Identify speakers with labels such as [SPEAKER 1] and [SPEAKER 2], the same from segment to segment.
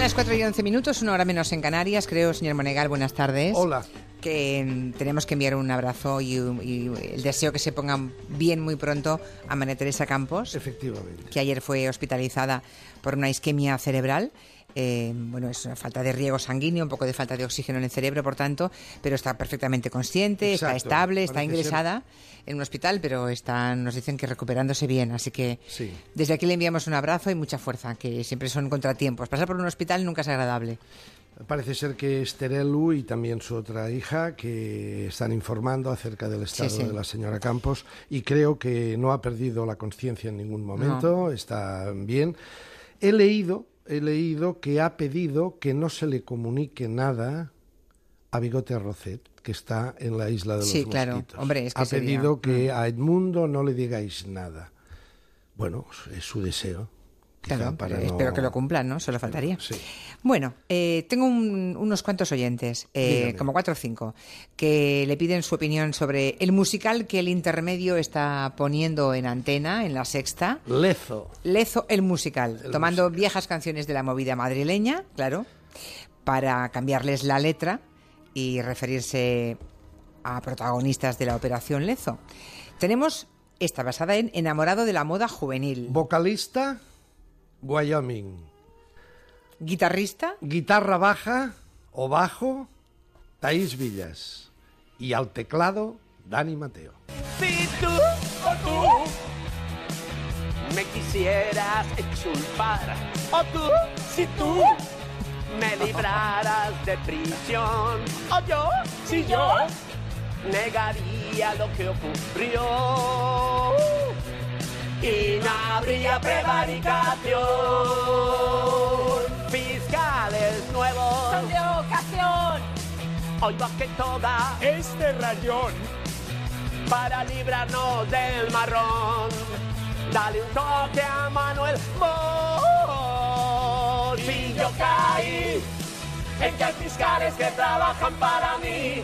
[SPEAKER 1] las 4 y 11 minutos, una hora menos en Canarias, creo, señor Monegal, buenas tardes.
[SPEAKER 2] Hola.
[SPEAKER 1] Que mm, tenemos que enviar un abrazo y, un- y el deseo que se pongan bien muy pronto a María Teresa Campos,
[SPEAKER 2] Efectivamente.
[SPEAKER 1] que ayer fue hospitalizada por una isquemia cerebral. Eh, bueno, es una falta de riego sanguíneo, un poco de falta de oxígeno en el cerebro, por tanto, pero está perfectamente consciente, está
[SPEAKER 2] Exacto.
[SPEAKER 1] estable, está
[SPEAKER 2] Parece ser-
[SPEAKER 1] ingresada en un hospital, pero está, nos dicen que recuperándose bien, así que
[SPEAKER 2] Sí.
[SPEAKER 1] desde aquí le enviamos un abrazo y mucha fuerza, que siempre son contratiempos. Pasar por un hospital nunca es agradable.
[SPEAKER 2] Parece ser que Esterelu y también su otra hija que están informando acerca del estado
[SPEAKER 1] sí.
[SPEAKER 2] de la señora Campos y creo que no ha perdido la conciencia en ningún momento, está bien. He leído, he leído que ha pedido que no se le comunique nada a Bigote Rocet, que está en la isla de los
[SPEAKER 1] Sí, claro.
[SPEAKER 2] mosquitos.
[SPEAKER 1] Hombre, es que
[SPEAKER 2] ha
[SPEAKER 1] sería-
[SPEAKER 2] pedido que a Edmundo no le digáis nada. Bueno, es su deseo. quizá
[SPEAKER 1] Claro,
[SPEAKER 2] para
[SPEAKER 1] eh,
[SPEAKER 2] no-
[SPEAKER 1] espero que lo cumplan, ¿no? Solo faltaría.
[SPEAKER 2] Sí.
[SPEAKER 1] Bueno, eh, tengo un- unos cuantos oyentes, eh,
[SPEAKER 2] Dígame.
[SPEAKER 1] como cuatro o cinco, que le piden su opinión sobre el musical que el intermedio está poniendo en antena, en la sexta.
[SPEAKER 2] Lezo.
[SPEAKER 1] Lezo el musical, tomando viejas canciones de la movida madrileña, claro, para cambiarles la letra y referirse a protagonistas de la operación Lezo. Tenemos esta basada en Enamorado de la moda juvenil,
[SPEAKER 2] Vocalista, Wyoming.
[SPEAKER 1] guitarrista,
[SPEAKER 2] Guitarra baja o bajo, Taís Villas. Y al teclado, Dani Mateo.
[SPEAKER 3] Si tú o tú me quisieras exculpar, o tú, si tú me libraras de prisión, o yo, si yo negaría lo que ocurrió y no habría prevaricación. Fiscales nuevos,
[SPEAKER 4] de ocasión. Eh,
[SPEAKER 3] hoy más que toda
[SPEAKER 5] Este rayón
[SPEAKER 3] para librarnos del marrón. Dale un toque a Manuel Mor. Y yo caí en que hay fiscales que trabajan para mí.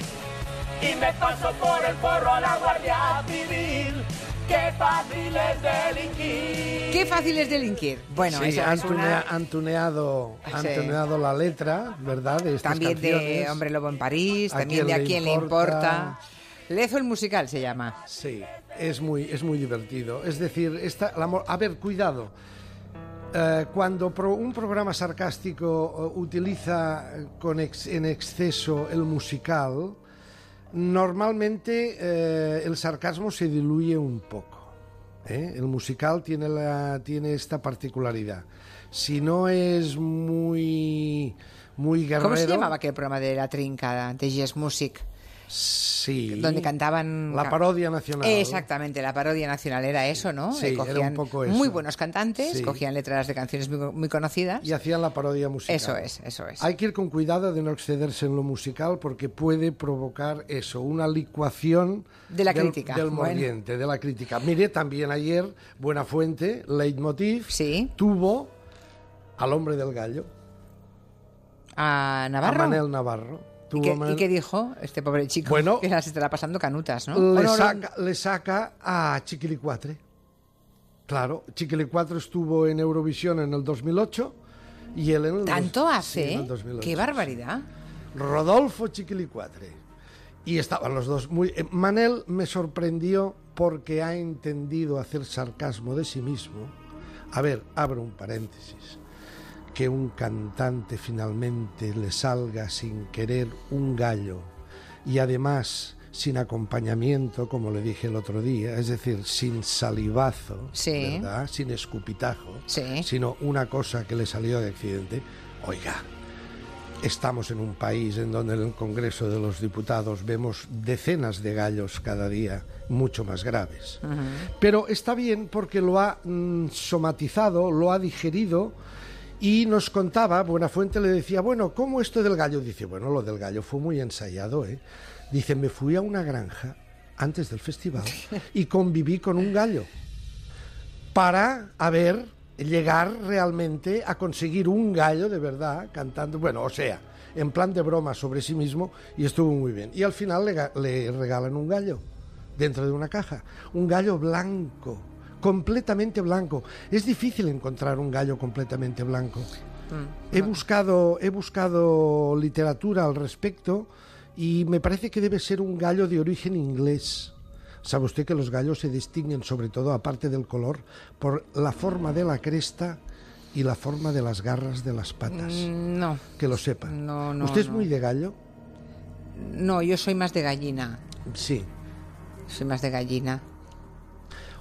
[SPEAKER 3] Y me paso por el porro a la Guardia Civil. Qué fácil es delinquir.
[SPEAKER 1] Qué fácil es delinquir. Bueno,
[SPEAKER 2] sí, ah,
[SPEAKER 1] esa
[SPEAKER 2] han,
[SPEAKER 1] es una
[SPEAKER 2] tunea- han tuneado, han
[SPEAKER 1] Sí.
[SPEAKER 2] tuneado la letra, ¿verdad? De estas
[SPEAKER 1] también
[SPEAKER 2] canciones.
[SPEAKER 1] de Hombre Lobo en París,
[SPEAKER 2] ¿A
[SPEAKER 1] también de
[SPEAKER 2] quién
[SPEAKER 1] A
[SPEAKER 2] le
[SPEAKER 1] quién le importa.
[SPEAKER 2] importa?
[SPEAKER 1] Lezo el musical se llama.
[SPEAKER 2] Sí, es muy, es muy divertido. Es decir, esta, la mo- a ver, cuidado. Eh, cuando pro- un programa sarcástico eh, utiliza eh, con ex- en exceso el musical, normalmente eh, el sarcasmo se diluye un poco. ¿eh? El musical tiene, la, tiene esta particularidad. Si no es muy, muy guerrero...
[SPEAKER 1] ¿Cómo se llamaba aquel programa de la trinca de Yes Music?
[SPEAKER 2] Sí.
[SPEAKER 1] Donde cantaban-
[SPEAKER 2] La parodia nacional.
[SPEAKER 1] Exactamente, la parodia nacional era eso, ¿no?
[SPEAKER 2] Sí,
[SPEAKER 1] Eh,
[SPEAKER 2] era un
[SPEAKER 1] cogían
[SPEAKER 2] poco eso.
[SPEAKER 1] muy buenos cantantes,
[SPEAKER 2] Sí.
[SPEAKER 1] cogían letras de canciones muy, muy conocidas.
[SPEAKER 2] Y hacían la parodia musical.
[SPEAKER 1] Eso es, eso es.
[SPEAKER 2] Hay que ir con cuidado de no excederse en lo musical porque puede provocar eso, una licuación
[SPEAKER 1] De la
[SPEAKER 2] del,
[SPEAKER 1] crítica,
[SPEAKER 2] del
[SPEAKER 1] bueno.
[SPEAKER 2] mordiente, de la crítica. Mire también ayer Buenafuente, Leitmotiv,
[SPEAKER 1] Sí.
[SPEAKER 2] tuvo al hombre del gallo,
[SPEAKER 1] A
[SPEAKER 2] a
[SPEAKER 1] Navarro.
[SPEAKER 2] Manel Navarro.
[SPEAKER 1] ¿Y
[SPEAKER 2] Tuvo
[SPEAKER 1] qué,
[SPEAKER 2] a Manel-
[SPEAKER 1] y qué dijo este pobre chico?
[SPEAKER 2] Bueno.
[SPEAKER 1] que las estará pasando canutas, ¿no?
[SPEAKER 2] le,
[SPEAKER 1] Bueno,
[SPEAKER 2] saca, le saca a Chiquilicuatre. Claro, Chiquilicuatre estuvo en Eurovisión en el 2008 y él en el dos-
[SPEAKER 1] ¿Tanto
[SPEAKER 2] sí,
[SPEAKER 1] hace? eh?
[SPEAKER 2] en el 2008,
[SPEAKER 1] ¡Qué
[SPEAKER 2] sí.
[SPEAKER 1] barbaridad!
[SPEAKER 2] Rodolfo Chiquilicuatre. Y estaban los dos muy... eh, Manel me sorprendió porque ha entendido hacer sarcasmo de sí mismo. A ver, abro un paréntesis. Que un cantante finalmente le salga sin querer un gallo y además sin acompañamiento, como le dije el otro día, es decir, sin salivazo,
[SPEAKER 1] Sí.
[SPEAKER 2] ¿verdad? sin escupitajo,
[SPEAKER 1] Sí.
[SPEAKER 2] sino una cosa que le salió de accidente. Oiga, Estamos en un país en donde en el Congreso de los Diputados vemos decenas de gallos cada día, mucho más graves. Pero está bien porque lo ha mm, somatizado, lo ha digerido y nos contaba, Buenafuente le decía, bueno, ¿cómo esto del gallo? Dice, bueno, lo del gallo fue muy ensayado, ¿eh? Dice, me fui a una granja antes del festival y conviví con un gallo para a ver llegar realmente a conseguir un gallo de verdad cantando, bueno, o sea, en plan de broma sobre sí mismo y estuvo muy bien. Y al final le, ga- le regalan un gallo dentro de una caja, un gallo blanco, completamente blanco. Es difícil encontrar un gallo completamente blanco. He buscado, he buscado literatura al respecto y me parece que debe ser un gallo de origen inglés. Sabe usted que los gallos se distinguen sobre todo, aparte del color, por la forma de la cresta y la forma de las garras de las patas.
[SPEAKER 1] No,
[SPEAKER 2] Que lo sepa.
[SPEAKER 1] Mm, No, no,
[SPEAKER 2] ¿Usted es
[SPEAKER 1] no.
[SPEAKER 2] muy de gallo?
[SPEAKER 1] no, yo soy más de gallina.
[SPEAKER 2] Sí.
[SPEAKER 1] Soy más de gallina.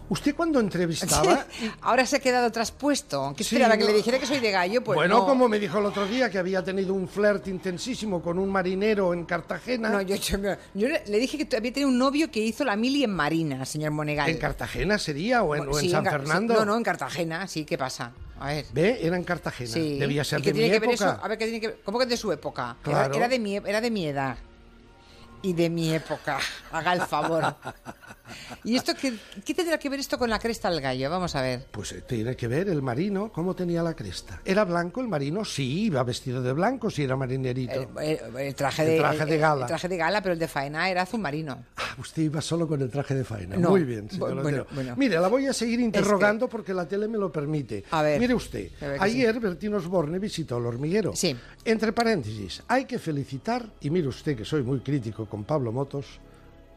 [SPEAKER 2] ¿Usted cuando entrevistaba...
[SPEAKER 1] Ahora se ha quedado traspuesto. Que
[SPEAKER 2] Sí,
[SPEAKER 1] esperaba
[SPEAKER 2] no.
[SPEAKER 1] que le dijera que soy de gallo, pues
[SPEAKER 2] bueno,
[SPEAKER 1] no.
[SPEAKER 2] como me dijo el otro día que había tenido un flirt intensísimo con un marinero en Cartagena.
[SPEAKER 1] No, yo, yo me- yo le le dije que había tenido un novio que hizo la mili en Marina, señor Monegal.
[SPEAKER 2] ¿En Cartagena sería o en,
[SPEAKER 1] Bueno,
[SPEAKER 2] o en
[SPEAKER 1] sí,
[SPEAKER 2] San
[SPEAKER 1] Car-
[SPEAKER 2] Fernando?
[SPEAKER 1] sí, no, no, en Cartagena, sí, ¿qué pasa? A ver.
[SPEAKER 2] ¿Ve? Era en Cartagena.
[SPEAKER 1] Sí.
[SPEAKER 2] Debía ser
[SPEAKER 1] ¿Y qué
[SPEAKER 2] de mi
[SPEAKER 1] tiene que ver
[SPEAKER 2] época.
[SPEAKER 1] eso? A ver, ¿qué tiene que ver? ¿Cómo que de su época? Era-
[SPEAKER 2] Claro.
[SPEAKER 1] Era, de mi, era de mi edad. Y de mi época. Haga el favor. ¿Y esto qué, qué tendrá que ver esto con la cresta al gallo? Vamos a ver.
[SPEAKER 2] Pues eh, tiene que ver el marino, cómo tenía la cresta. ¿Era blanco el marino? Sí, iba vestido de blanco, sí era marinerito.
[SPEAKER 1] El, Eh, el- el traje,
[SPEAKER 2] El
[SPEAKER 1] de,
[SPEAKER 2] traje de gala.
[SPEAKER 1] el traje de gala, pero el de faena era azul marino.
[SPEAKER 2] Ah, usted iba solo con el traje de faena.
[SPEAKER 1] No.
[SPEAKER 2] Muy bien, señor
[SPEAKER 1] Bu-
[SPEAKER 2] Otero.
[SPEAKER 1] bueno, bueno.
[SPEAKER 2] Mire, la voy a seguir interrogando porque la tele me lo permite.
[SPEAKER 1] A ver.
[SPEAKER 2] Mire usted,
[SPEAKER 1] A ver que
[SPEAKER 2] ayer Bertín Osborne visitó el hormiguero.
[SPEAKER 1] Sí.
[SPEAKER 2] Entre paréntesis, hay que felicitar, y mire usted que soy muy crítico con Pablo Motos,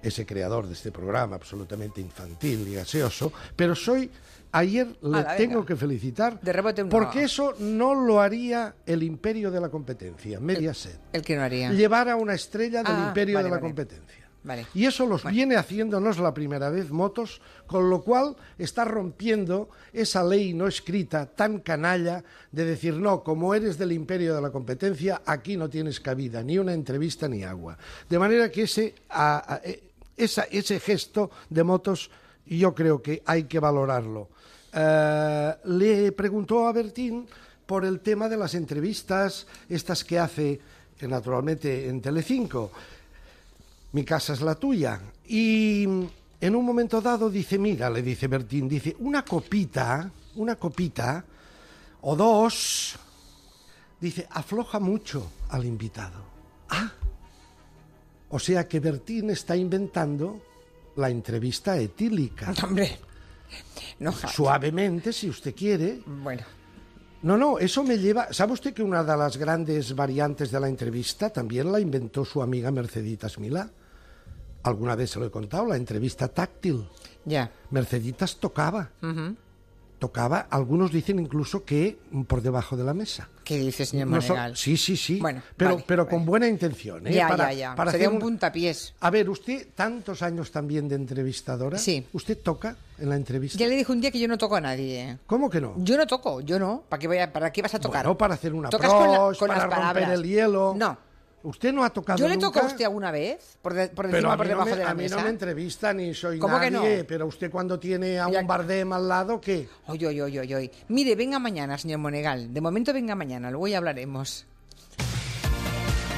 [SPEAKER 2] ese creador de este programa absolutamente infantil y gaseoso, pero soy... Ayer le
[SPEAKER 1] Ala, venga.
[SPEAKER 2] tengo que felicitar
[SPEAKER 1] De rebote uno.
[SPEAKER 2] porque eso no lo haría el imperio de la competencia, Mediaset
[SPEAKER 1] El que no haría.
[SPEAKER 2] llevar a una estrella del
[SPEAKER 1] Ah,
[SPEAKER 2] imperio
[SPEAKER 1] vale,
[SPEAKER 2] de la
[SPEAKER 1] vale.
[SPEAKER 2] competencia.
[SPEAKER 1] Vale.
[SPEAKER 2] Y eso los viene haciéndonos la primera vez motos, con lo cual está rompiendo esa ley no escrita tan canalla de decir, no, como eres del imperio de la competencia, aquí no tienes cabida, ni una entrevista ni agua. De manera que ese, a- a- e- esa- ese gesto de motos yo creo que hay que valorarlo. Eh, le preguntó a Bertín por el tema de las entrevistas, estas que hace eh, naturalmente en Telecinco mi casa es la tuya. Y en un momento dado dice, mira, le dice Bertín, dice, una copita, una copita, o dos, dice, afloja mucho al invitado. Ah, o sea que Bertín está inventando la entrevista etílica.
[SPEAKER 1] Hombre. No, ja-
[SPEAKER 2] Suavemente, si usted quiere.
[SPEAKER 1] Bueno.
[SPEAKER 2] No, no, eso me lleva... ¿Sabe usted que una de las grandes variantes de la entrevista también la inventó su amiga Merceditas Milá? Alguna vez se lo he contado, la entrevista táctil.
[SPEAKER 1] Ya.
[SPEAKER 2] Merceditas tocaba. Tocaba, algunos dicen incluso que por debajo de la mesa.
[SPEAKER 1] ¿Qué dice, señor
[SPEAKER 2] No so-
[SPEAKER 1] Monegal?
[SPEAKER 2] sí, sí, sí.
[SPEAKER 1] Bueno,
[SPEAKER 2] pero,
[SPEAKER 1] vale,
[SPEAKER 2] pero
[SPEAKER 1] vale.
[SPEAKER 2] con buena intención. ¿eh?
[SPEAKER 1] Ya,
[SPEAKER 2] Para-
[SPEAKER 1] ya, ya.
[SPEAKER 2] para
[SPEAKER 1] Sería
[SPEAKER 2] hacer
[SPEAKER 1] un
[SPEAKER 2] un-
[SPEAKER 1] puntapiés.
[SPEAKER 2] A ver, usted, tantos años también de entrevistadora.
[SPEAKER 1] Sí.
[SPEAKER 2] ¿Usted toca en la entrevista?
[SPEAKER 1] Ya le dije un día que yo no toco a nadie.
[SPEAKER 2] ¿Cómo que no?
[SPEAKER 1] Yo no toco, yo no. ¿Para qué, voy a- para qué vas a tocar?
[SPEAKER 2] Bueno, para hacer una
[SPEAKER 1] Tocas
[SPEAKER 2] pros,
[SPEAKER 1] con la- con
[SPEAKER 2] para
[SPEAKER 1] las
[SPEAKER 2] romper
[SPEAKER 1] palabras.
[SPEAKER 2] el hielo.
[SPEAKER 1] No.
[SPEAKER 2] Usted no ha tocado
[SPEAKER 1] ¿Yo le
[SPEAKER 2] nunca,
[SPEAKER 1] toco a usted alguna vez? Por, de- por
[SPEAKER 2] pero
[SPEAKER 1] encima
[SPEAKER 2] a
[SPEAKER 1] o por
[SPEAKER 2] mí, no
[SPEAKER 1] debajo
[SPEAKER 2] me,
[SPEAKER 1] de la
[SPEAKER 2] a mí no
[SPEAKER 1] mesa.
[SPEAKER 2] me entrevista ni soy
[SPEAKER 1] ¿Cómo que
[SPEAKER 2] nadie,
[SPEAKER 1] no?
[SPEAKER 2] pero usted cuando tiene a
[SPEAKER 1] Ya-
[SPEAKER 2] un bardem al lado, ¿qué?
[SPEAKER 1] Oy, oy, oy, oy, oy. Mire, venga mañana, señor Monegal. De momento venga mañana, luego ya hablaremos.